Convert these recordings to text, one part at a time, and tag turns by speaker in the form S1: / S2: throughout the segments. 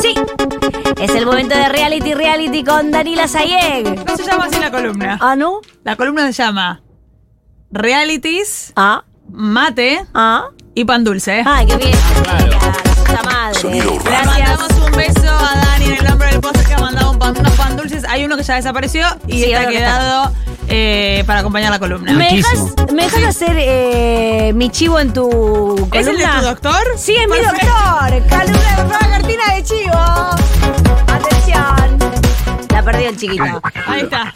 S1: Sí, es el momento de Reality Reality con Danila Sayeg.
S2: No se llama así la columna.
S1: Ah, ¿no?
S2: La columna se llama Realities,
S1: Ah,
S2: Mate
S1: ah.
S2: y Pan Dulce.
S1: Ay, qué bien. Puta madre. Gracias.
S2: Mandamos un beso a Dani en el nombre del podcast que ha mandado un pan- unos pan dulces. Hay uno que ya desapareció y
S1: Sí,
S2: está
S1: otro que
S2: quedado eh, para acompañar la columna.
S1: ¿Me dejas,
S3: Riquísimo.
S1: ¿Me dejas hacer eh, mi chivo en tu columna?
S2: ¿Es el de tu doctor?
S1: Sí, es mi
S2: Perfecto.
S1: doctor. Columna de Fran Martina de chivo. Atención. La perdió el chiquito.
S2: Ahí está.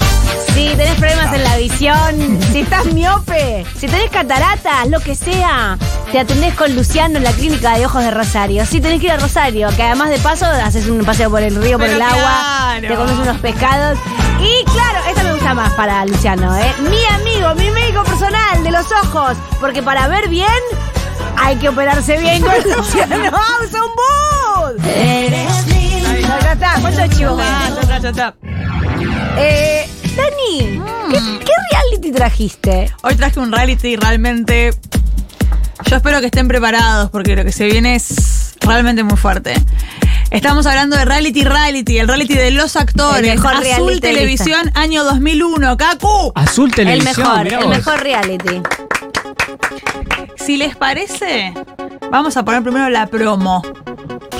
S1: Si tenés problemas
S2: Ah.
S1: en la visión, si estás miope, si tenés cataratas, lo que sea, te atendés con Luciano en la clínica de ojos de Rosario. Si tenés que ir a Rosario, que además de paso haces un paseo por el río, por
S2: Pero
S1: el agua,
S2: claro.
S1: te comes unos pescados. Y claro, esta me gusta más para Luciano, ¿eh? Mi amigo, mi médico personal de los ojos, porque para ver bien hay que operarse bien con Luciano House Bus. Ya está, ¿cuántos chivos?
S2: Ya está, ya está, ya está.
S1: Eh, Dani,
S2: Mm.
S1: ¿qué, qué reality trajiste?
S2: Hoy traje un reality realmente. Yo espero que estén preparados porque lo que se viene es realmente muy fuerte. Estamos hablando de reality reality, el reality de los actores.
S1: El mejor reality
S2: Azul
S1: de
S2: Televisión, año 2001, Cacu.
S3: Azul
S1: El
S3: Televisión.
S1: mejor,
S3: mirá
S1: el
S3: vos.
S1: mejor reality.
S2: Si les parece, vamos a poner primero la promo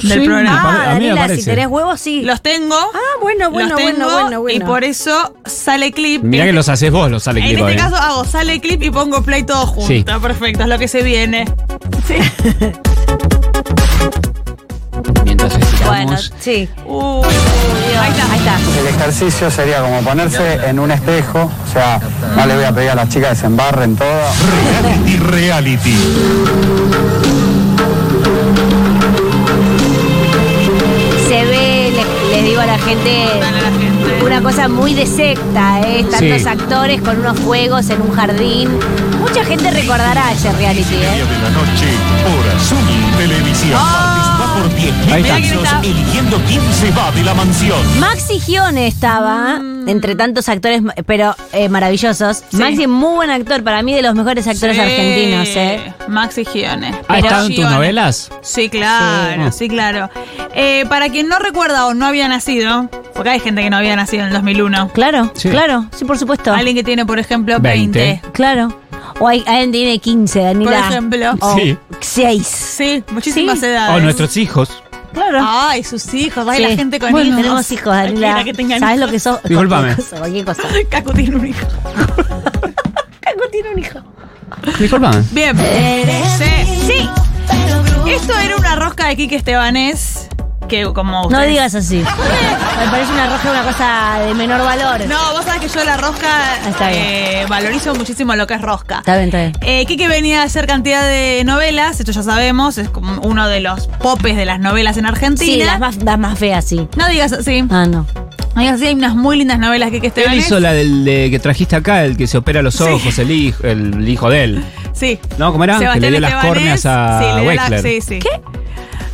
S2: del
S3: Sí.
S2: programa.
S3: pare-
S1: Ah,
S3: a mí me
S1: Daniela, si
S3: parece.
S1: tenés huevos, sí.
S2: Los tengo.
S1: ah, bueno, bueno,
S2: los tengo,
S1: bueno, bueno, bueno.
S2: Y por eso sale clip.
S3: Mirá
S2: En
S3: que
S2: este-
S3: los haces vos, los sale
S2: En
S3: clip.
S2: este
S3: hoy, ¿eh?
S2: caso hago sale clip y pongo play todo junto.
S3: Sí.
S2: Perfecto, es lo que se viene.
S3: Mientras
S1: bueno,
S3: estiramos.
S1: sí.
S2: Uh, ahí está.
S1: Ahí está.
S4: El ejercicio sería como ponerse en un espejo, o sea, no le voy a pedir a las chicas que se embarren todo.
S5: Reality Reality.
S1: Se ve, le- les digo a la gente,
S2: Dale a la gente.
S1: una cosa muy de secta, ¿eh? Están
S3: Sí.
S1: los actores con unos juegos en un jardín. Mucha gente recordará ese reality, ¿eh?
S5: Día de la noche por Azul Televisión.
S2: Ah.
S5: Participa por 10
S3: Ahí
S5: mil
S3: está.
S5: pesos eligiendo quién se va de la mansión.
S1: Maxi Gione estaba,
S2: Mm.
S1: entre tantos actores, pero eh, maravillosos. Maxi es muy buen actor, para mí de los mejores actores
S2: Sí.
S1: argentinos, ¿eh?
S2: Maxi Gione.
S3: Ah,
S2: Pero
S3: ¿están en tus
S2: Gione.
S3: novelas?
S2: Sí, claro, sí,
S3: Sí.
S2: claro. Eh, para quien no recuerda o no había nacido, porque hay gente que no había nacido en el 2001.
S1: Claro,
S3: Sí.
S1: claro, sí, por supuesto.
S2: Alguien que tiene, por ejemplo, 20.
S3: Veinte.
S1: Claro. O hay alguien tiene 15, Danila.
S2: Por ejemplo.
S1: O
S3: Sí.
S1: 6.
S2: Sí, muchísimas
S1: Sí.
S2: edades.
S3: O Oh, nuestros hijos.
S1: Claro.
S2: Ay, sus hijos, ay, la gente con
S1: Ah, bueno,
S2: hijos.
S1: tenemos hijos, Danila.
S2: Cualquiera que tengan
S1: ¿Sabes
S2: hijos.
S1: lo que sos?
S3: Disculpame.
S1: Cualquier cosa, Cualquier cosa.
S2: Cacu tiene un hijo.
S1: Caco tiene un hijo.
S3: Disculpame.
S2: Bien. Sí. sí. Esto era una rosca de Quique Estebanés. Que como
S1: No
S2: ustedes-
S1: digas así. Me parece una roja una cosa de menor valor.
S2: No, vos sabés que yo la rosca
S1: Ah, Está bien.
S2: eh, valorizo muchísimo lo que es rosca.
S1: Está bien, está bien.
S2: Eh, Quique venía a hacer cantidad de novelas, esto ya sabemos, es como uno de los popes de las novelas en Argentina.
S1: Sí, las más, las más feas, sí.
S2: No digas así.
S1: Ah, no.
S2: No digas así, hay unas muy lindas novelas que Quique
S3: Él
S2: Estebanés.
S3: hizo la del de- que trajiste acá, el que se opera los
S2: Sí.
S3: ojos, el, hijo, el hijo de él.
S2: Sí.
S3: No, ¿cómo era? Que le dio las
S2: Estebanés.
S3: córneas a
S2: sí, le dio la-
S3: Wexler.
S2: Sí, sí. ¿Qué?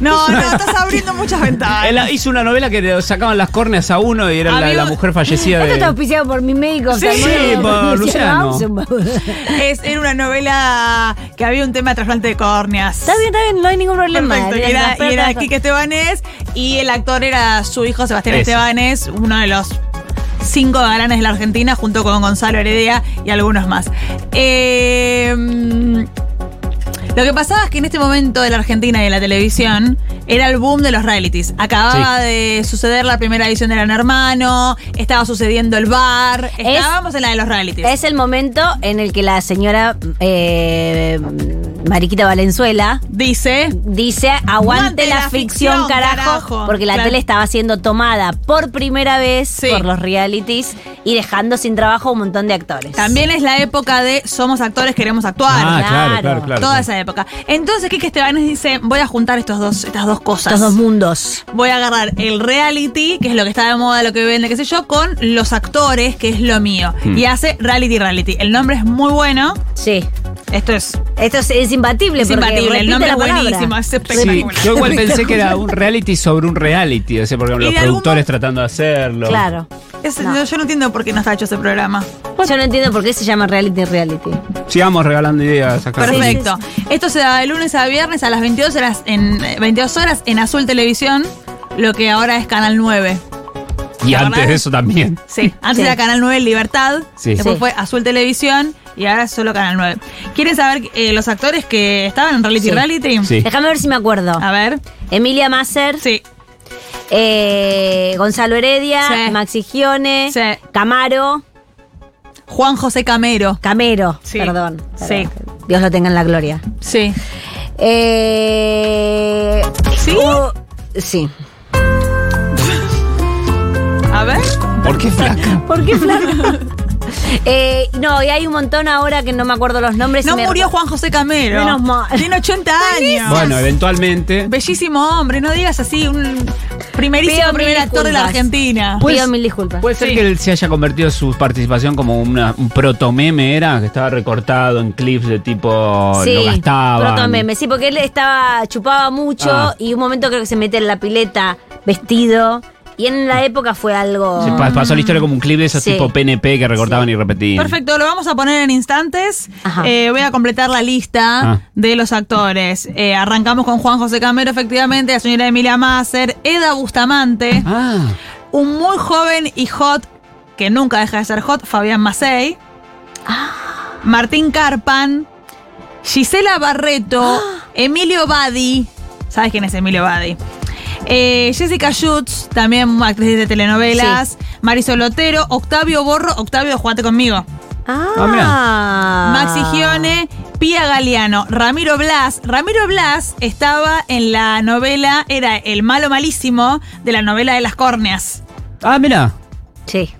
S2: No, no, estás abriendo muchas ventanas.
S3: Él hizo una novela que le sacaban las córneas a uno y era la, de la
S2: Amigo-
S3: mujer fallecida
S1: Esto está
S3: de...
S1: auspiciado por mi médico.
S2: Sí,
S1: oftalmólogo,
S3: por Luciano.
S1: Hausenbaum.
S2: Es, era una novela que había un tema de trasplante de córneas.
S1: Está bien, está bien, no hay ningún problema.
S2: Perfecto, y
S1: Las
S2: era,
S1: más feas,
S2: y era
S1: las más-
S2: Quique Estebanés y el actor era su hijo Sebastián
S3: Ese.
S2: Estebanés, uno de los cinco galanes de la Argentina, junto con Gonzalo Heredia y algunos más. Eh, lo que pasaba es que en este momento de la Argentina y de la televisión era el boom de los realities. Acababa de suceder la primera edición de Gran Hermano, estaba sucediendo el bar, estábamos en la de los realities.
S1: Es el momento en el que la señora eh, Mariquita Valenzuela
S2: Dice,
S1: dice aguante la, ficción, carajo,
S2: carajo.
S1: porque la
S2: Claro.
S1: tele estaba siendo tomada por primera vez
S2: Sí.
S1: por los realities y dejando sin trabajo a un montón de actores.
S2: también es la época de somos actores, queremos actuar.
S3: Ah,
S1: claro.
S3: claro, claro, claro.
S2: toda
S3: claro.
S2: esa época. Entonces Quique Estebanes dice, voy a juntar estos dos, estas dos cosas.
S1: estos dos mundos.
S2: Voy a agarrar el reality, que es lo que está de moda, lo que vende, qué sé yo, con los actores, que es lo mío.
S3: Hmm.
S2: Y hace reality reality. El nombre es muy bueno.
S1: Sí.
S2: Esto es
S1: Esto es, es imbatible
S2: Es
S1: porque
S2: imbatible, el
S1: repite
S2: nombre
S1: la
S2: es
S1: palabra.
S2: buenísimo, es
S3: Sí,
S2: espectacular.
S3: yo igual pensé que era un reality sobre un reality, o sea, porque
S2: Y
S3: los
S2: de algún
S3: productores
S2: modo-
S3: tratando de hacerlo.
S1: Claro.
S2: es-
S1: No.
S2: no, Yo no entiendo por qué no está hecho ese programa.
S1: Yo no entiendo por qué se llama reality reality.
S3: Sigamos regalando ideas acá.
S2: Perfecto. Esto se da de lunes a viernes a las 22 horas en, eh, 22 horas en Azul Televisión. lo que ahora es Canal 9.
S3: Y
S2: ¿La
S3: antes
S2: verdad?
S3: de eso también.
S2: Sí, antes
S1: Sí.
S2: era Canal 9 Libertad,
S3: Sí.
S2: después
S1: Sí.
S2: fue Azul Televisión y ahora es solo Canal 9. ¿Quieren saber eh, los actores que estaban en Reality
S1: Sí.
S2: Reality?
S3: Sí.
S1: Déjame ver si me acuerdo.
S2: A ver,
S1: Emilia Masser,
S2: Ah. sí.
S1: eh, Gonzalo Heredia,
S2: Sí.
S1: Maxi Gione,
S2: Sí.
S1: Camaro,
S2: Juan José Camero.
S1: Camero,
S2: Sí.
S1: perdón,
S2: Sí.
S1: perdón. Dios lo tenga en la gloria.
S2: Sí.
S1: Eh,
S2: ¿Sí?
S1: oh, sí.
S2: A ver.
S3: ¿Por qué flaca?
S1: ¿Por qué flaca? Eh, no, y hay un montón ahora que no me acuerdo los nombres. y
S2: No
S1: me-
S2: murió Juan José Camero.
S1: Menos mal.
S2: Tiene 80 años.
S3: Bueno, eventualmente.
S2: Bellísimo hombre, no digas así, un primerísimo
S1: Pido mil
S2: primer actor de la
S1: disculpas.
S2: Argentina.
S1: Pido mil disculpas.
S3: Puede ser
S2: Sí.
S3: que él se haya convertido su participación como una, un protomeme, era que estaba recortado en clips de tipo
S1: sí,
S3: Oh, lo gastaban.
S1: protomeme, sí, porque él estaba chupaba mucho
S3: Ah.
S1: y un momento creo que se mete en la pileta vestido y en la época fue algo
S3: Se pa- pasó la historia como un clip de esos
S1: Sí.
S3: tipo PNP que recortaban y repetían.
S2: Perfecto, lo vamos a poner en instantes.
S1: Ajá.
S2: Eh, voy a completar la lista
S3: Ah.
S2: de los actores. Eh, arrancamos con Juan José Camero, efectivamente, la señora Emilia Masser, Eda Bustamante,
S3: Ah,
S2: un muy joven y hot, que nunca deja de ser hot, Fabián Macei, Martín Carpan, Gisela Barreto, Emilio Badi, ¿sabes quién es Emilio Badi? Eh, Jessica Schutz, también actriz de telenovelas, Marisol Otero, Octavio Borro, Octavio, jugate conmigo.
S1: Ah,
S3: Ah,
S2: Maxi Gione, Pía Galeano, Ramiro Blas. Ramiro Blas estaba en la novela, era el malo malísimo de la novela de las córneas.
S3: ah mira.
S1: Sí.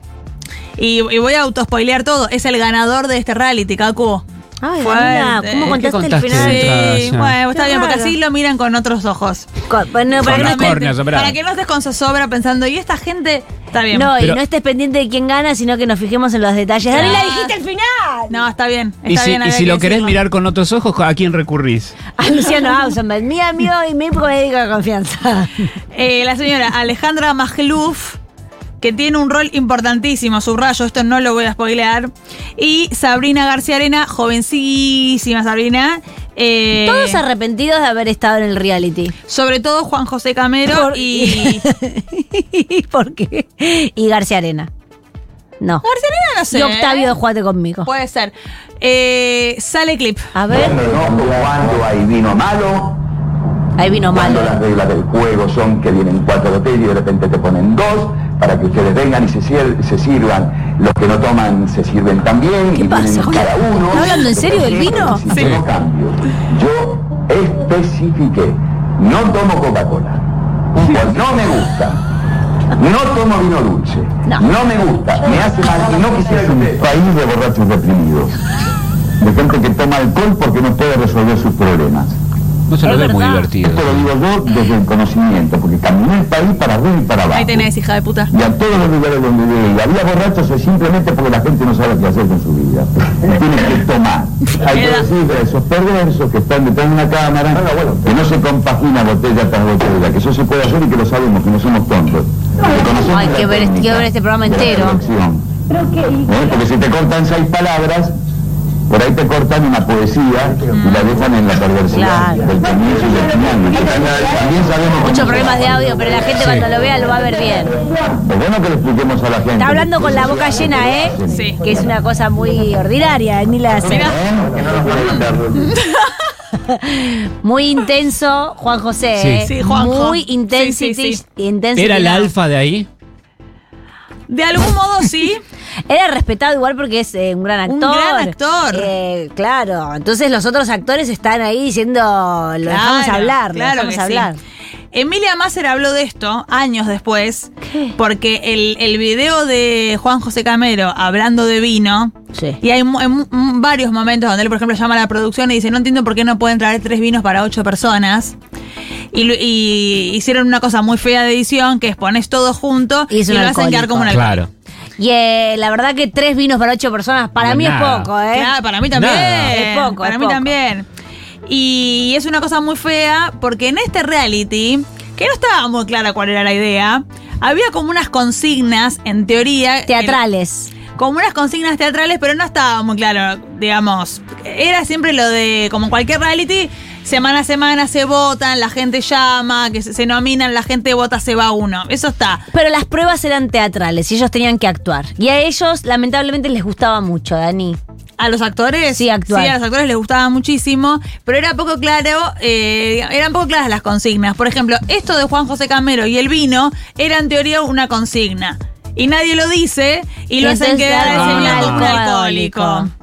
S2: Y, y voy a autospoilear todo, es el ganador de este reality, Kaku.
S1: Ay,
S2: Fuerte.
S1: Daniela, ¿cómo contaste,
S2: ¿Qué
S3: contaste?
S1: el final?
S3: Sí. entrada,
S2: Sí,
S3: ya.
S2: bueno, está
S1: Qué
S2: bien, porque
S1: raro.
S2: así lo miran con otros ojos.
S1: Co- bueno, para
S3: Con
S1: que
S3: las
S1: no,
S2: Claramente,
S3: córneas, bravo.
S2: para que no estés con zozobra pensando, y esta gente está bien.
S1: no, y
S3: Pero-
S1: no estés pendiente de quién gana, sino que nos fijemos en los detalles.
S2: Claro.
S1: Daniela, dijiste el final.
S2: No, está bien. Está
S3: Y si,
S2: bien,
S3: y
S2: había
S3: si
S2: que
S3: lo querés
S2: decirlo.
S3: mirar con otros ojos, ¿a quién recurrís?
S1: A Luciano Ausenberg, mi amigo y mi médico de confianza.
S2: Eh, la señora Alejandra Magluf, que tiene un rol importantísimo, subrayo, esto no lo voy a spoilear. Y Sabrina García Arena, jovencísima Sabrina. eh,
S1: Todos arrepentidos de haber estado en el reality.
S2: sobre todo Juan José Camero
S1: Por-
S2: y. García
S1: ¿Por qué? Y García Arena. No.
S2: Arena, no sé.
S1: Y Octavio de Jugate conmigo.
S2: Puede ser. Eh, sale clip.
S1: A ver,
S4: Cuando hay vino malo,
S1: ahí vino
S4: cuando
S1: malo.
S4: las reglas del juego son que vienen cuatro botellas y de repente te ponen dos, para que ustedes vengan y se, sier- se sirvan. Los que no toman se sirven también y
S1: pasa,
S4: vienen
S1: Julia?
S4: cada uno.
S1: ¿Está hablando en serio del
S4: Siempre
S1: vino?
S4: hicimos
S3: Sí.
S4: cambios. Yo especifiqué, no tomo Coca-Cola, pues no me gusta. No tomo vino dulce.
S1: No.
S4: No. me gusta. Me hace mal y no quisiera que ustedes... País de borrachos deprimidos. De gente que toma alcohol porque no puede resolver sus problemas.
S3: No se
S1: lo Es
S3: lo ve
S1: ve muy
S3: muy
S1: verdad.
S3: divertido.
S4: Esto lo digo yo desde el conocimiento, porque caminé el país para arriba y para abajo.
S2: Ahí tenés, hija de puta.
S4: Y a todos los lugares donde llegué. Había borrachos es simplemente porque la gente no sabe qué hacer con su vida. Tienen que tomar. Hay que
S2: Queda.
S4: decirle a esos perversos que están detrás de una cámara que no se compagina botella tras botella, que eso se puede hacer y que lo sabemos, que no somos tontos. Que conocemos
S1: Hay
S4: la
S1: que ver este-
S4: técnica
S1: que ver este programa
S4: de la
S1: entero.
S4: seducción. ¿Eh? Porque si te cortan seis palabras, por ahí te cortan una poesía y la dejan en la perversidad
S1: Claro.
S4: del comienzo y del final. También sabemos cómo
S1: Muchos
S4: se
S1: problemas de
S4: hace.
S1: audio, pero la gente cuando lo vea lo va a ver bien.
S4: Es bueno que le expliquemos a la gente.
S1: Está hablando con la boca llena, ¿eh?
S2: Sí.
S1: Que es una cosa muy ordinaria, eh, ni la hace.
S2: Mirá.
S4: ¿eh? Que no nos van a evitar.
S1: Muy intenso, Juan José,
S3: Sí.
S1: ¿eh?
S2: Sí, Juanjo.
S1: Muy intensity.
S2: Sí, sí, sí.
S1: intensity.
S3: ¿Era el alfa de ahí?
S2: De algún modo sí.
S1: Era respetado igual porque es eh, un gran actor.
S2: Un gran actor.
S1: Eh, claro. Entonces los otros actores están ahí diciendo, lo dejamos
S2: Claro,
S1: hablar, lo
S2: claro
S1: dejamos
S2: que
S1: hablar.
S2: sí. Emilia Masser habló de esto años después,
S1: ¿Qué?
S2: porque el, el video de Juan José Camero hablando de vino,
S1: Sí.
S2: y hay mu- en mu- m- varios momentos donde él, por ejemplo, llama a la producción y dice, no entiendo por qué no pueden traer tres vinos para ocho personas. Y, lo- y hicieron una cosa muy fea de edición, que es pones todo junto
S1: Y
S2: y,
S1: es
S2: lo
S1: un
S2: hacen quedar como un alcohol.
S3: Claro.
S1: Y eh, la verdad que tres vinos para ocho personas, para
S3: No
S1: mí
S3: nada.
S1: es poco, ¿eh?
S2: Claro, para mí también.
S3: Nada.
S1: Es poco,
S2: para
S1: es
S2: mí
S1: poco.
S2: también. Y es una cosa muy fea porque en este reality, que no estaba muy clara cuál era la idea, había como unas consignas, en teoría.
S1: Teatrales.
S2: eh, como unas consignas teatrales, pero no estaba muy claro, digamos. Era siempre lo de, como en cualquier reality, semana a semana se votan, la gente llama, que se, se nominan, la gente vota, se va uno. Eso está.
S1: Pero las pruebas eran teatrales y ellos tenían que actuar. Y a ellos, lamentablemente, les gustaba mucho, Dani.
S2: A los actores.
S1: Sí, actuar.
S2: Sí, a los actores les gustaba muchísimo, pero era poco claro, eh, eran poco claras las consignas. Por ejemplo, esto de Juan José Camero y el vino era en teoría una consigna. Y nadie lo dice y,
S1: Y
S2: lo hacen
S1: entonces
S2: quedar
S1: algo
S2: enseñando un
S1: alcohólico.
S2: alcohólico.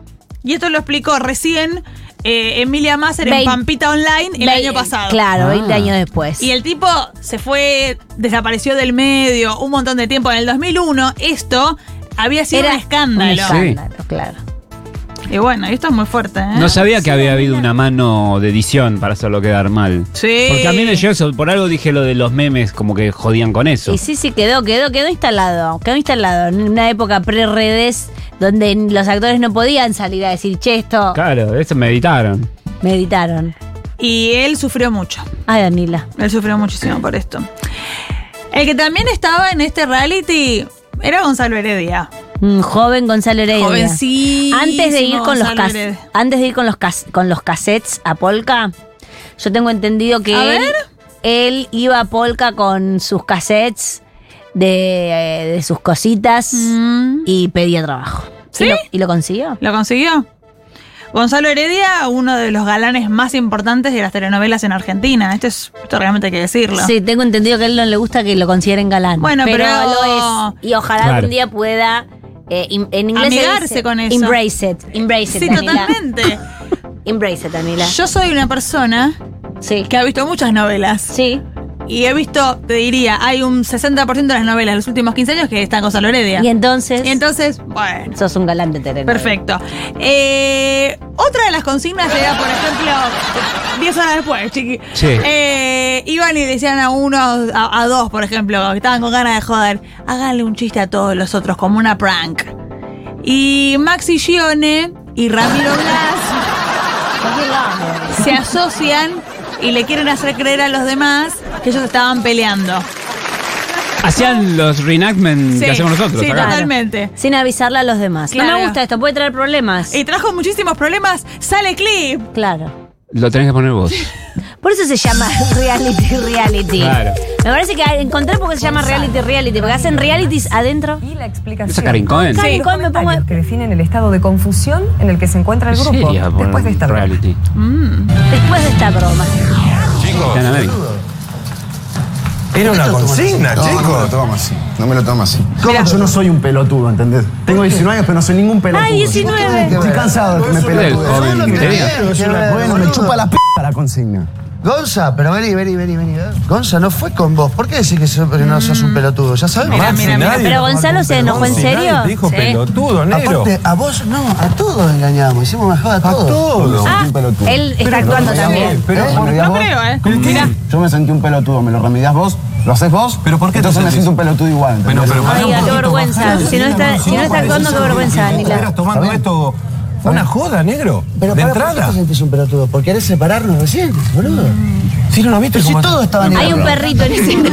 S2: Y esto lo explicó recién eh, Emilia Masser en
S1: Vein-
S2: Pampita Online el
S1: Ve-
S2: año pasado.
S1: Claro,
S3: Ah.
S1: 20 años después.
S2: Y el tipo se fue, desapareció del medio un montón de tiempo. En el 2001 esto había sido un escándalo.
S1: Un escándalo, claro.
S2: Y bueno, y esto es muy fuerte. ¿eh?
S3: No sabía que había habido una mano de edición para hacerlo quedar mal.
S2: Sí.
S3: Porque a mí me llegó eso, por algo dije lo de los memes, como que jodían con eso.
S1: Y sí, sí, quedó, quedó, quedó instalado. Quedó instalado en una época pre-redes donde los actores no podían salir a decir, che, esto
S3: Claro, eso me editaron.
S1: meditaron.
S2: Y él sufrió mucho.
S1: Ay, Danila.
S2: Él sufrió muchísimo por esto. El que también estaba en este reality era Gonzalo Heredia.
S1: Mm, joven Gonzalo Heredia.
S2: Jovencísimo.
S1: Antes de ir con los
S2: Gonzalo
S1: cas-
S2: Heredia.
S1: antes de ir con los cas- con los cassettes a Polka, yo tengo entendido que
S2: A
S1: él,
S2: ver.
S1: él iba a Polka con sus cassettes de, eh, de sus cositas
S2: Mm.
S1: y pedía trabajo.
S2: ¿Sí?
S1: ¿Y lo, y lo consiguió?
S2: ¿Lo consiguió? Gonzalo Heredia, uno de los galanes más importantes de las telenovelas en Argentina. Esto, es, esto realmente hay que decirlo.
S1: Sí, tengo entendido que a él no le gusta que lo consideren galán.
S2: Bueno, pero-
S1: lo es. Y ojalá
S3: Claro.
S1: algún día pueda. eh, in- en inglés se
S2: Amigarse
S1: dice
S2: con eso.
S1: Embrace it. Embrace it.
S2: Sí,
S1: Daniela.
S2: totalmente.
S1: Embrace it, Daniela.
S2: Yo soy una persona
S1: Sí.
S2: que ha visto muchas novelas.
S1: Sí.
S2: Y he visto, te diría, hay un 60% de las novelas de los últimos 15 años que están Gonzalo Heredia.
S1: Y entonces.
S2: Y entonces, bueno.
S1: Sos un galán de terreno.
S2: Perfecto. Eh, otra de las consignas era, por ejemplo, 10 horas después, chiqui.
S3: Sí.
S2: Eh, iban y decían a uno, a, a dos, por ejemplo, que estaban con ganas de joder, háganle un chiste a todos los otros, como una prank. Y Maxi Gione y Ramiro Blas se asocian y le quieren hacer creer a los demás que ellos estaban peleando.
S3: Hacían los reenactments que hacemos nosotros.
S2: sí,
S3: acá.
S2: totalmente.
S1: Sin avisarle a los demás. No
S2: Claro.
S1: me gusta esto, puede traer problemas.
S2: Y trajo muchísimos problemas. Sale clip.
S1: Claro.
S3: Lo tenés que poner vos.
S1: Por eso se llama reality, reality.
S3: Claro.
S1: Me parece que encontré por qué se llama reality, reality. Porque hacen realities adentro.
S6: Y la explicación.
S3: Esa Karin Cohen.
S1: Sí.
S6: Los comentarios que definen el estado de confusión en el que se encuentra el
S3: ¿En
S6: grupo
S3: serio?
S6: después de esta broma.
S3: reality.
S1: Después de esta broma.
S3: Está en América.
S7: Era una consigna,
S8: No, no me lo
S7: chicos.
S8: tomo así. No me lo tomo así.
S7: Yo no soy un pelotudo, ¿entendés? Tengo 19 años, pero no soy ningún pelotudo.
S1: Ay, 19.
S7: Estoy cansado de que me
S3: Del joven
S7: pelotudo.
S3: interior.
S7: Bueno, me chupa la p la consigna.
S8: Gonza, pero vení, vení, vení, vení. ¿eh? Gonza, no fue con vos. ¿Por qué decís que so- que
S7: Mm.
S8: no sos un pelotudo? Ya sabemos.
S2: Mira, mira, mira.
S1: Pero Gonzalo se enojó en
S7: Nadie
S1: serio.
S7: te dijo
S1: Sí.
S7: pelotudo, negro.
S8: Aparte, a vos no, a todos engañamos. Hicimos una joda a
S7: A
S8: todos.
S7: todos.
S1: Ah, él está actuando también.
S7: Pero,
S2: No creo, ¿eh? Mirá.
S7: Yo me sentí un pelotudo, me lo remediás vos, lo haces vos, pero ¿por qué entonces me siento un pelotudo igual. Bueno, pero
S1: Oiga, qué vergüenza. Si no está, si no está actuando, qué vergüenza, Danila.
S7: tomando esto una joda, negro?
S8: Pero
S7: de
S8: pará, ¿por qué
S7: entrada.
S8: te sentís un pelotudo? ¿Por querés separarnos recién, boludo?
S7: Si no lo viste,
S8: Pero si
S7: como-
S8: todos estaban en
S1: Hay
S8: la
S1: un
S8: broma.
S1: perrito en escena.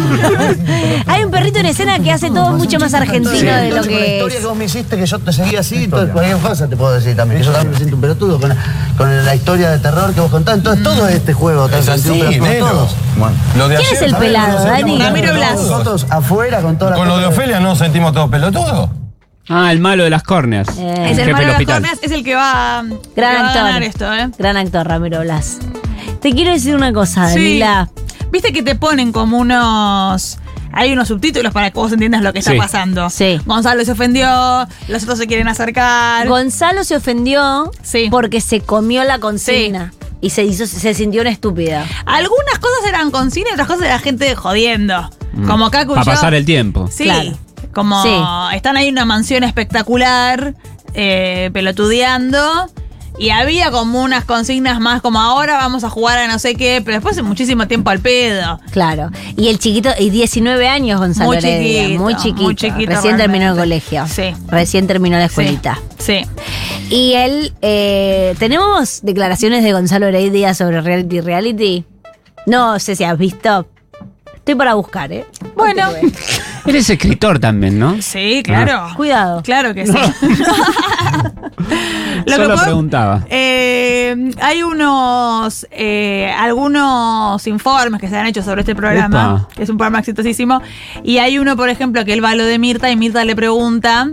S1: Hay un perrito en escena que hace todo mucho más argentino de lo
S8: Con la
S1: que
S8: historia
S1: es.
S8: que vos me hiciste, que yo te seguí así, todo- cualquier cosa te puedo decir también. que yo también me siento un pelotudo con, con la historia de terror que vos contás.
S1: Mm.
S8: Entonces, todo este juego te
S7: Es
S8: sentí un
S7: así,
S8: pelotudo
S7: negro.
S8: todos.
S7: Bueno, lo de
S1: ¿Quién es
S7: ayer
S1: el
S7: también
S1: pelado,
S7: nos sentimos
S1: Dani?
S2: Ramiro
S7: todos
S2: Blas.
S7: pelotudos.
S8: Nosotros afuera con toda la
S7: Con lo de Ofelia no nos sentimos todos pelotudos.
S3: Ah, el malo de las córneas.
S1: Eh.
S2: Es el malo
S3: jefe
S2: de
S3: del
S2: las
S3: hospital.
S2: córneas, es el que va, que va
S1: Gran
S2: a ganar
S1: actor.
S2: esto, ¿eh?
S1: Gran actor, Ramiro Blas. Te quiero decir una cosa,
S2: Sí.
S1: Danila.
S2: Viste que te ponen como unos. Hay unos subtítulos para que vos entiendas lo que está
S3: Sí.
S2: pasando.
S1: Sí.
S2: Gonzalo se ofendió, los otros se quieren acercar.
S1: Gonzalo se ofendió
S2: Sí.
S1: porque se comió la consigna y se hizo, se sintió una estúpida.
S2: Algunas cosas eran con cine, otras cosas era gente jodiendo. Como Kaku y
S3: Para
S2: yo.
S3: Mm. pasar el tiempo.
S2: Sí.
S1: Claro.
S2: Como
S1: Sí.
S2: están ahí en una mansión espectacular, eh, pelotudeando. Y había como unas consignas más como ahora vamos a jugar a no sé qué, pero después hace muchísimo tiempo al pedo.
S1: Claro. Y el chiquito, y 19 años Gonzalo
S2: Muy
S1: Heredia,
S2: chiquito,
S1: muy chiquito.
S2: muy chiquito
S1: Recién terminó el
S2: realmente.
S1: colegio.
S2: Sí.
S1: Recién terminó la
S2: Sí.
S1: escuelita.
S2: Sí.
S1: Y él, eh, ¿tenemos declaraciones de Gonzalo Heredia sobre reality reality? No sé si has visto. Estoy para buscar, ¿eh?
S2: Bueno,
S3: Eres escritor también, ¿no?
S2: Sí, claro.
S3: Ah.
S1: Cuidado.
S2: Claro que sí.
S3: Solo
S2: puedo-
S3: preguntaba.
S2: Eh, hay unos eh, algunos informes que se han hecho sobre este programa,
S3: Epa.
S2: que es un programa exitosísimo, y hay uno, por ejemplo, que él va a lo de Mirta y Mirta le pregunta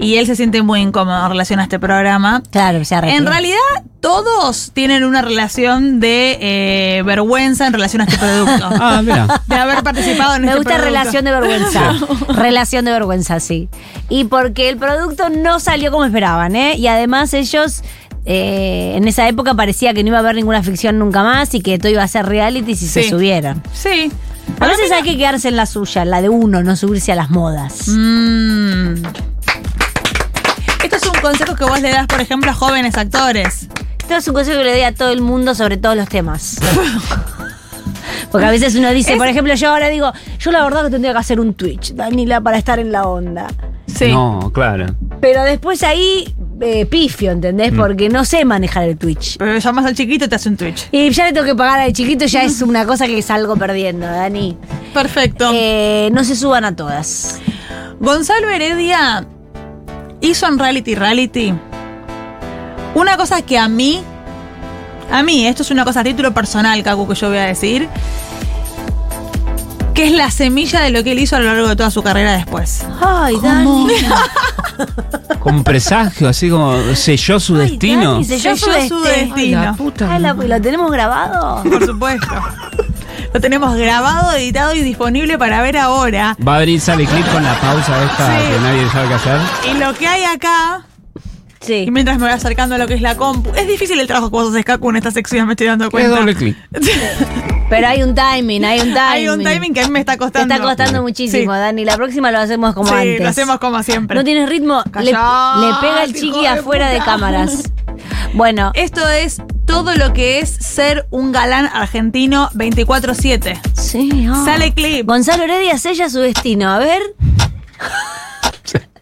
S2: y él se siente muy incómodo en relación a este programa.
S1: Claro, se arrepiente.
S2: En realidad, todos tienen una relación de eh, vergüenza en relación a este producto.
S3: Ah, mira.
S2: De haber participado en
S1: Me
S2: este
S1: gusta
S2: producto.
S1: relación de vergüenza. relación de vergüenza, sí. Y porque el producto no salió como esperaban, ¿eh? Y además ellos. eh, en esa época parecía que no iba a haber ninguna ficción nunca más y que todo iba a ser reality si se
S2: Sí.
S1: subieran.
S2: Sí.
S1: A veces hay que quedarse en la suya, en la de uno, no subirse a las modas.
S2: Mm. Esto es un consejo que vos le das, por ejemplo, a jóvenes actores.
S1: Esto es un consejo que le doy a todo el mundo sobre todos los temas. Porque a veces uno dice,
S2: Es-
S1: por ejemplo, yo ahora digo, yo la verdad que tendría que hacer un Twitch, Danila, para estar en la onda.
S2: Sí.
S3: No, claro.
S1: Pero después ahí eh, pifio, ¿entendés? Porque no sé manejar el Twitch.
S2: Pero llamas al chiquito y te hace un Twitch.
S1: Y ya le tengo que pagar al chiquito, ya es una cosa que salgo perdiendo, Dani.
S2: Perfecto.
S1: Eh, no se suban a todas.
S2: Gonzalo Heredia hizo en Reality Reality una cosa que a mí, a mí, esto es una cosa a título personal, Cacu, que yo voy a decir, que es la semilla de lo que él hizo a lo largo de toda su carrera después.
S1: Ay, Dani.
S3: Con presagio, así como selló su
S1: Ay,
S3: destino.
S1: Dani, se- Selló su destino. Ay, la- ¿Lo tenemos grabado?
S2: Por supuesto. Lo tenemos grabado, editado y disponible para ver ahora.
S3: Va a abrir sale clip con la pausa esta
S2: Sí.
S3: que nadie sabe qué hacer.
S2: Y lo que hay acá, y
S1: Sí.
S2: mientras me voy acercando a lo que es la compu, es difícil el trabajo que vos haces, Cacu, en esta sección, me estoy dando
S3: Es
S2: cuenta.
S3: doble clic.
S1: Pero hay un timing, hay un timing.
S2: Hay un timing que a mí me está
S1: Te
S2: costando.
S1: está costando muchísimo,
S2: Sí.
S1: Dani. La próxima lo hacemos como
S2: Sí,
S1: antes.
S2: lo hacemos como siempre.
S1: No tienes ritmo. Le,
S2: Callá,
S1: le pega el
S2: hijo
S1: chiqui
S2: de
S1: afuera de
S2: puta. Eh,
S1: cámaras. Bueno,
S2: Esto es todo lo que es ser un galán argentino 24-7.
S1: sí, ah.
S2: Sale clip.
S1: Gonzalo Heredia sella su destino. A ver,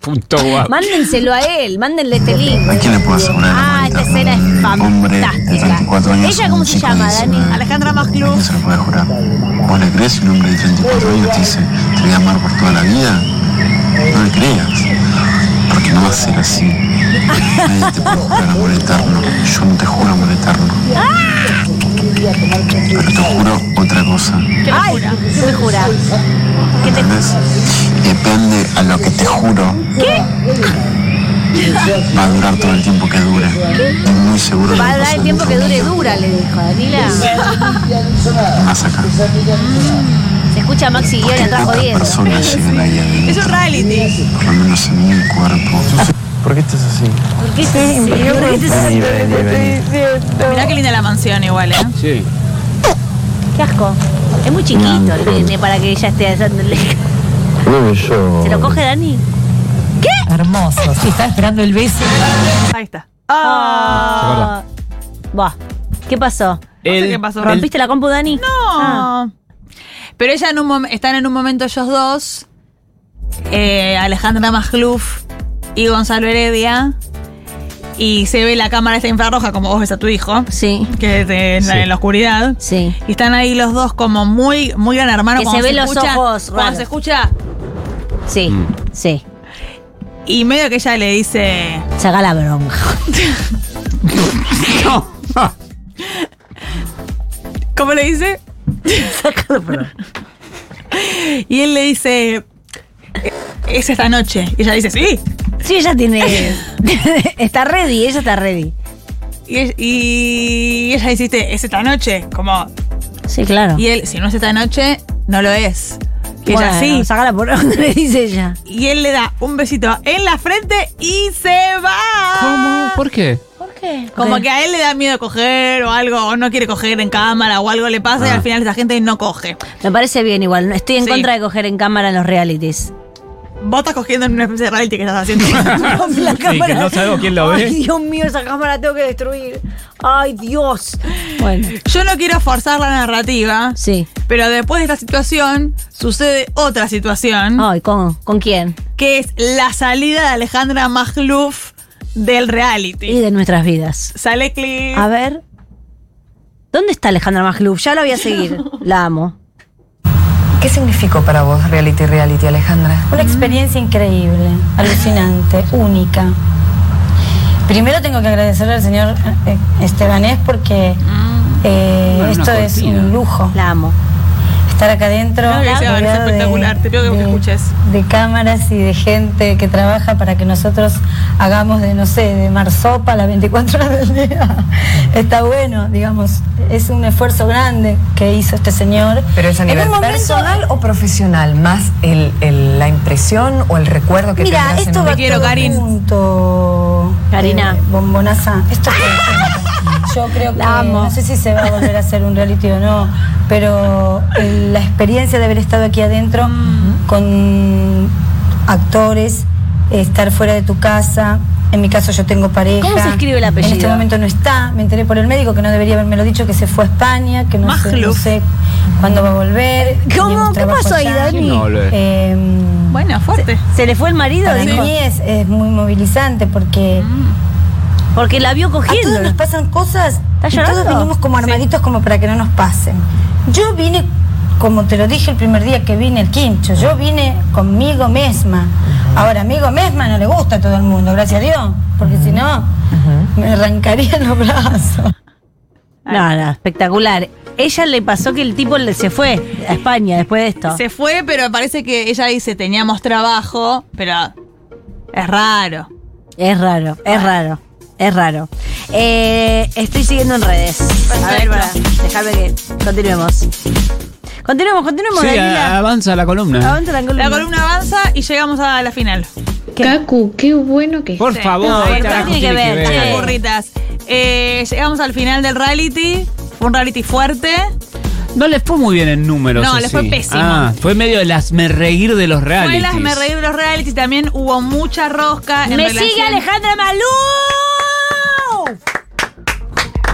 S3: Punto guap.
S1: mándenselo a él, mándenle este link.
S5: Ah. ¿A quién le puedo asegurar la
S1: Ah, esta
S5: humanidad,
S1: escena
S5: no?
S1: es
S5: Un hombre de
S1: fantástica.
S5: 34 años,
S1: ¿Ella
S5: un
S1: cómo se
S5: chico de
S1: llama, Dani?
S5: 19.
S2: Alejandra
S5: No
S2: Masclub.
S5: se lo puede jurar. ¿Vos le crees? Un hombre de 34 años te dice, te voy a amar por toda la vida. No le creas. Porque no va a ser así. Nadie te puede jurar amor eterno. Yo no te juro amor eterno. Pero te juro otra cosa.
S1: Ay, ¿qué me jura? ¿Qué te
S5: ¿Entendés? Depende a lo que te juro. Va a durar todo el tiempo que dure. Y muy seguro que
S1: va a
S5: no
S1: dar
S5: pasa
S1: el tiempo
S5: nunca
S1: que
S5: un
S1: dure
S5: día
S1: dura? Le dijo Danila.
S5: Más acá.
S1: Mm. Se escucha a Maxi Guión atrás
S5: Pocas
S1: jodiendo.
S5: personas llegan ahí adentro.
S2: Es un reality.
S5: Por lo menos en mi cuerpo. ¿Por qué estás así?
S1: ¿Por qué se- Este ¿Por qué te-
S2: Mirá qué linda la mansión igual, ¿eh?
S3: Sí.
S1: Qué asco. Es muy chiquito el nene para que ella esté haciéndole. ¿Se lo coge Dani?
S6: Hermoso. Sí, estaba esperando el beso.
S2: Ahí está.
S1: Ah. Buah. ¿Qué pasó?
S2: sé
S3: El-
S2: qué pasó.
S3: el-
S1: ¿Rompiste la compu, Dani? Ah. No.
S2: No. Ah. Pero ella en un mom- están en un momento ellos dos, eh, Alejandra Mascluf y Gonzalo Heredia, y se ve la cámara esta infrarroja como vos ves a tu hijo,
S1: Sí.
S2: que te- en, la,
S3: Sí.
S2: en la oscuridad.
S1: Sí.
S2: Y están ahí los dos como muy, muy gran hermano.
S1: Que
S2: cuando
S1: se ve los
S2: escucha-
S1: ojos raros.
S2: Cuando se escucha,
S1: Sí.
S3: Mm.
S1: Sí.
S2: y medio que ella le dice,
S1: Saca la bronca.
S3: No. Ah,
S2: ¿cómo le dice?
S1: Saca la bronca.
S2: Y él le dice, "E, es esta noche. Y ella dice, sí.
S1: Sí, ella tiene. está ready, ella está ready.
S2: Y, e- y ella dice, es esta noche. Como,
S1: Sí, claro.
S2: Y él, si no es esta noche, no lo es. Y ella sí.
S1: Saca la bronca, le dice ella.
S2: Y él le da un besito en la frente y se va.
S3: ¿Cómo? ¿Por qué?
S1: ¿Por qué?
S2: Como que a él le da miedo coger o algo, o no quiere coger en cámara o algo le pasa y al final esa gente no coge.
S1: Me parece bien igual. Estoy en
S2: Sí.
S1: contra de coger en cámara en los realities.
S2: Vos estás cogiendo en una especie de reality que estás haciendo.
S1: Con la
S3: Sí, que no sabemos quién lo
S1: Ay,
S3: ve.
S1: Dios mío, esa cámara la tengo que destruir. Ay, Dios. Bueno,
S2: Yo no quiero forzar la narrativa,
S1: sí.
S2: pero después de esta situación sucede otra situación,
S1: Ay, ¿con, ¿con quién?
S2: que es la salida de Alejandra Magluf del
S1: Y
S2: reality.
S1: de nuestras vidas.
S2: Sale clip.
S1: A ver. ¿Dónde está Alejandra Magluf? Ya la voy a seguir. La amo.
S6: ¿Qué significó para vos reality reality, Alejandra?
S9: Una
S2: Mm.
S9: experiencia increíble, alucinante, única. Primero tengo que agradecerle al señor eh, Estebanés porque
S2: Ah,
S9: eh,
S3: Bueno, una
S9: esto es
S3: cortina.
S9: un lujo. La amo. Estar acá adentro.
S2: No, que sea,
S9: rodeado
S2: es espectacular, te pido que me escuches.
S9: De cámaras y de gente que trabaja para que nosotros hagamos de, no sé, de marsopa las 24 horas del día. Está bueno, digamos. Es un esfuerzo grande que hizo este señor.
S6: Pero es a
S9: En
S6: nivel
S9: un momento-
S6: personal o profesional, más el, el- la impresión o el recuerdo que
S9: Mira,
S6: tendrás en
S9: esto
S6: un-
S9: va todo junto. Karina. bombonaza. Esto que- yo creo que no sé si se va a volver a hacer un reality o no, pero eh, la experiencia de haber estado aquí adentro con actores, eh, estar fuera de tu casa. En mi caso yo tengo pareja.
S1: ¿Cómo se escribe el apellido?
S9: En este momento no está. Me enteré por el médico que no debería haberme lo dicho, que se fue a España, que no, sé, no
S2: Majluf.
S9: sé cuándo va a volver.
S1: ¿Cómo? ¿Qué pasó ahí, Dani? No, lo es.
S9: Em,
S2: bueno, fuerte.
S1: Se, le fue el marido,
S9: Para
S1: dijo.
S9: mí es, es muy movilizante porque
S1: Porque la vio cogiendo.
S9: a todos nos pasan cosas
S1: ¿Está
S9: y todos
S1: llorando?
S9: venimos como armaditos como para que no nos pasen. Yo vine, como te lo dije el primer día que vine el quincho, yo vine conmigo misma. Ahora, amigo misma no le gusta a todo el mundo, gracias a Dios, porque si no, me arrancarían los brazos.
S1: No, no, espectacular. Ella le pasó que el tipo le- se fue a España después de esto.
S2: Se fue, pero parece que ella dice teníamos trabajo, pero es raro.
S1: Es raro, es raro, es raro. Eh, estoy siguiendo en redes. A ver, para, dejarme que continuemos. Continuemos, continuemos,
S3: Sí, a-
S1: Dalila.
S3: avanza la columna.
S1: Avanza la columna.
S2: La columna avanza y llegamos a la final.
S10: Cacu, qué bueno que
S3: Por
S2: Sí.
S3: favor,
S2: No,
S3: ¿qué
S2: pero
S3: carajo
S2: tiene
S3: tiene
S2: que
S3: que
S2: Las
S3: ver?
S2: burritas. Eh, llegamos al final del reality. Fue un reality fuerte.
S3: No les fue muy bien en números.
S2: No,
S3: ¿o
S2: les fue
S3: sí?
S2: pésimo.
S3: Ah, fue medio el asme reír de los
S2: Fue las
S3: realities.
S2: me reí de los realities. También hubo mucha rosca. en
S1: Me
S2: relación-
S1: sigue Alejandra Malú.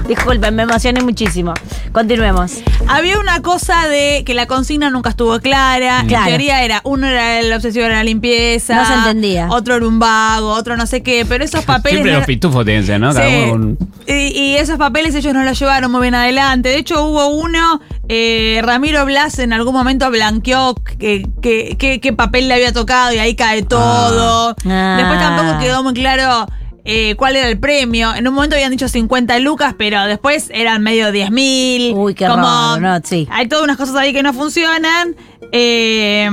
S1: Disculpen, me emocioné muchísimo. Continuemos.
S2: Había una cosa de que la consigna nunca estuvo clara.
S1: Claro.
S2: En teoría era, uno era el obsesivo era la limpieza.
S1: No se entendía.
S2: Otro era un vago, otro no sé qué. Pero esos papeles.
S3: Siempre
S2: no-
S3: los pitufos tienen, que ser, ¿no? Cada
S2: Sí.
S3: uno con-
S2: Y, y esos papeles ellos no los llevaron muy bien adelante. De hecho, hubo uno, eh, Ramiro Blas en algún momento blanqueó qué que, que- qué papel le había tocado y ahí cae todo.
S1: Ah.
S2: Después tampoco quedó muy claro eh, cuál era el premio. En un momento habían dicho 50 lucas, pero después eran medio 10 mil.
S1: Uy, qué raro, no, sí.
S2: Hay todas unas cosas ahí que no funcionan. Eh,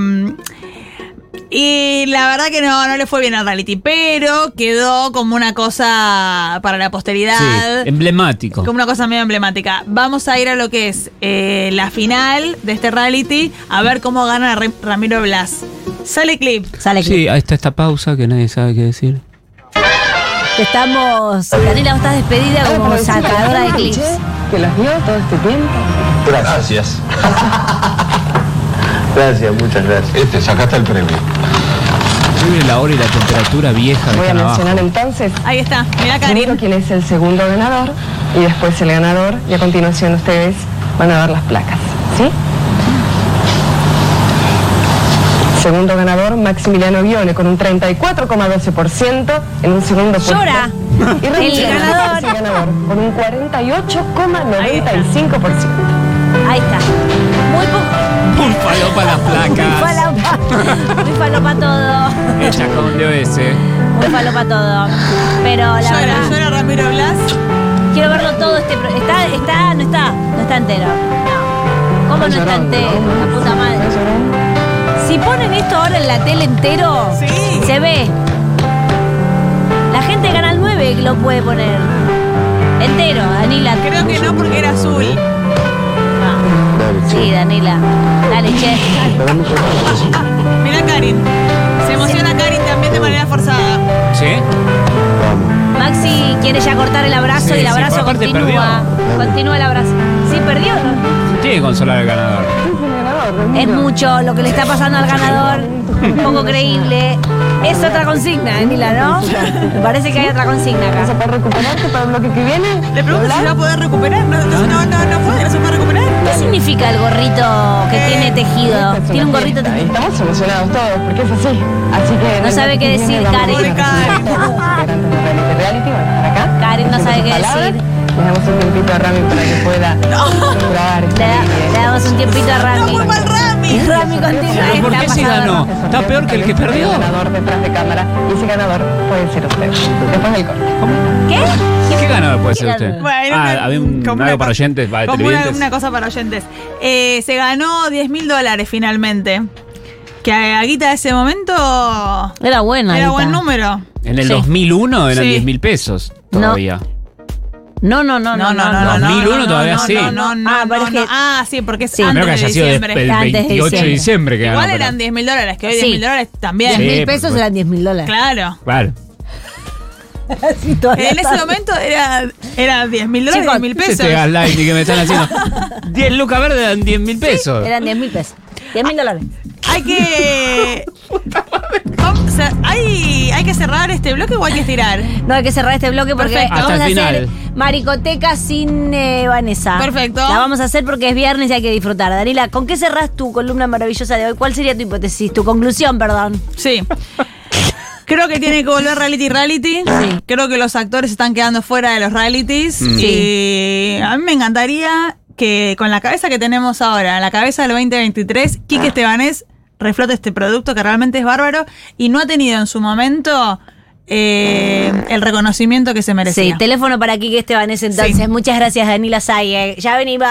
S2: y la verdad que no, no le fue bien al reality, pero quedó como una cosa para la posteridad.
S3: Sí, emblemático.
S2: Como una cosa medio emblemática. Vamos a ir a lo que es eh, la final de este reality, a ver cómo gana Ra- Ramiro Blas. Sale clip.
S1: Sale
S3: Sí, ahí está esta pausa que nadie sabe qué decir.
S1: Estamos. Daniela, vos estás despedida como sacadora de clips.
S9: ¿eh?
S6: Que los vio todo este tiempo.
S4: Gracias.
S8: Gracias, muchas gracias.
S4: Este, sacaste el premio.
S3: Vive la hora y la temperatura vieja de
S6: Voy a
S3: abajo.
S6: mencionar entonces
S2: Ahí está. Mira,
S6: primero
S2: Karin.
S6: quién es el segundo ganador y después el ganador y a continuación ustedes van a ver las placas, ¿sí? Segundo ganador, Maximiliano Viole, con un 34,12% en un segundo puesto.
S1: Llora.
S6: Y
S1: El
S6: Richard,
S1: ganador.
S6: es el ganador, con un 48,95%.
S1: Ahí está. Muy poco.
S3: Un palo para las
S1: Muy
S3: placas.
S1: falopa. Muy falopa todo.
S3: Hecha con DOS.
S1: Muy falopa todo. Pero la
S2: Llora,
S1: verdad.
S2: llora Ramiro Blas.
S1: Quiero verlo todo este pro- está está no está no está entero. No. ¿Cómo no está entero? La puta madre. Si ponen esto ahora en la tele entero,
S2: Sí.
S1: se ve. La gente de Canal 9 lo puede poner. Entero, Danila.
S2: Creo que no porque era azul.
S1: Sí, Danila. Dale, che.
S2: Mira, Karin. Se emociona Karin también de manera forzada.
S3: ¿Sí?
S1: Maxi quiere ya cortar el abrazo
S3: Sí,
S1: y el
S3: sí,
S1: abrazo
S3: pero aparte
S1: continúa. Continúa el abrazo. Sí, perdió.
S3: Tiene que consolar al ganador.
S1: Es mucho lo que le está pasando al ganador. Poco creíble. Es otra consigna, Danila, ¿no? Me parece que hay otra consigna
S6: ¿Vas
S1: acá.
S6: a poder recuperarte para el bloque que viene?
S2: Le pregunto si la va a poder recuperar. No, no, no, no, no puede, no se puede recuperar.
S1: ¿Qué significa el gorrito que tiene tejido? Tiene un gorrito
S6: Y
S1: tejido.
S6: Estamos emocionados todos porque es así. Así que.
S1: No sabe qué decir, Karen.
S6: Pobre Karen. Integrantes de Reality Reality van a estar acá.
S1: Karen no
S6: Dicen
S1: sabe
S6: sus
S1: qué
S6: palabras.
S1: decir.
S6: Le damos un tiempito a Rami para que pueda este lograr.
S1: Le, da- le damos un tiempito a
S2: No
S1: Rami.
S2: culpa al Rami.
S11: Y Rami continúa.
S3: ¿Pero por qué si ganó? Está peor que el que perdió.
S6: ganador detrás de cámara y ese ganador puede ser usted. Después del corte.
S11: ¿Qué?
S3: ¿Qué ganador puede ser usted?
S2: Bueno,
S3: Ah, había un,
S2: como
S3: algo
S2: una
S3: para oyentes, para
S2: Como una,
S3: televidentes.
S2: una cosa para oyentes. Eh, se ganó 10 mil dólares finalmente. Que a Guita de ese momento.
S1: Era buena.
S2: Era
S1: Guita.
S2: buen número.
S3: En el
S1: Sí.
S3: 2001 eran
S2: Sí.
S3: 10 mil pesos
S1: No.
S3: todavía.
S1: No, no, no, no, no, no.
S3: 2001 todavía sí.
S2: No, no, no.
S1: Ah,
S2: no,
S1: pero es
S2: no.
S1: que-
S2: Ah, sí, porque es
S1: Sí.
S3: A menos
S2: antes
S3: que
S2: de
S3: haya sido
S2: diciembre.
S3: despe- el
S1: Antes de
S3: 28 de
S1: diciembre.
S3: diciembre que ganó,
S2: Igual
S3: pero-
S2: eran 10 mil dólares, que hoy 10
S1: Sí.
S2: mil dólares también.
S1: 10
S3: Sí, pues.
S1: mil pesos
S3: por-
S1: eran 10 mil dólares.
S2: Claro.
S3: Claro.
S1: Sí, todavía
S2: En ese
S1: está.
S2: momento era, era 10 mil dólares,
S1: Chicos,
S2: 10 mil
S3: ¿Qué es
S2: pesos.
S3: este gaslighting que me están haciendo? 10 lucas verdes eran 10 mil pesos.
S1: Eran 10 mil pesos. 10 mil dólares.
S2: Hay que. Vamos a- hay, hay que cerrar este bloque o hay que estirar.
S1: No, hay que cerrar este bloque porque
S2: Perfecto.
S1: vamos
S3: Hasta
S1: a
S3: el
S1: hacer
S3: final.
S1: maricoteca sin eh, Vanessa.
S2: Perfecto.
S1: La vamos a hacer porque es viernes y hay que disfrutar. Danila, ¿con qué cerrás tu columna maravillosa de hoy? ¿Cuál sería tu hipótesis? Tu conclusión, perdón.
S2: Sí. Creo que tiene que volver reality reality. Creo que los actores están quedando fuera de los realities. Y a mí me encantaría que con la cabeza que tenemos ahora, la cabeza del 2023, Quique Estebanés reflote este producto que realmente es bárbaro y no ha tenido en su momento eh, el reconocimiento que se merecía.
S1: Sí, teléfono para Kike Estebanés entonces.
S2: Sí.
S1: Muchas gracias, Danila Saye. Ya venimos.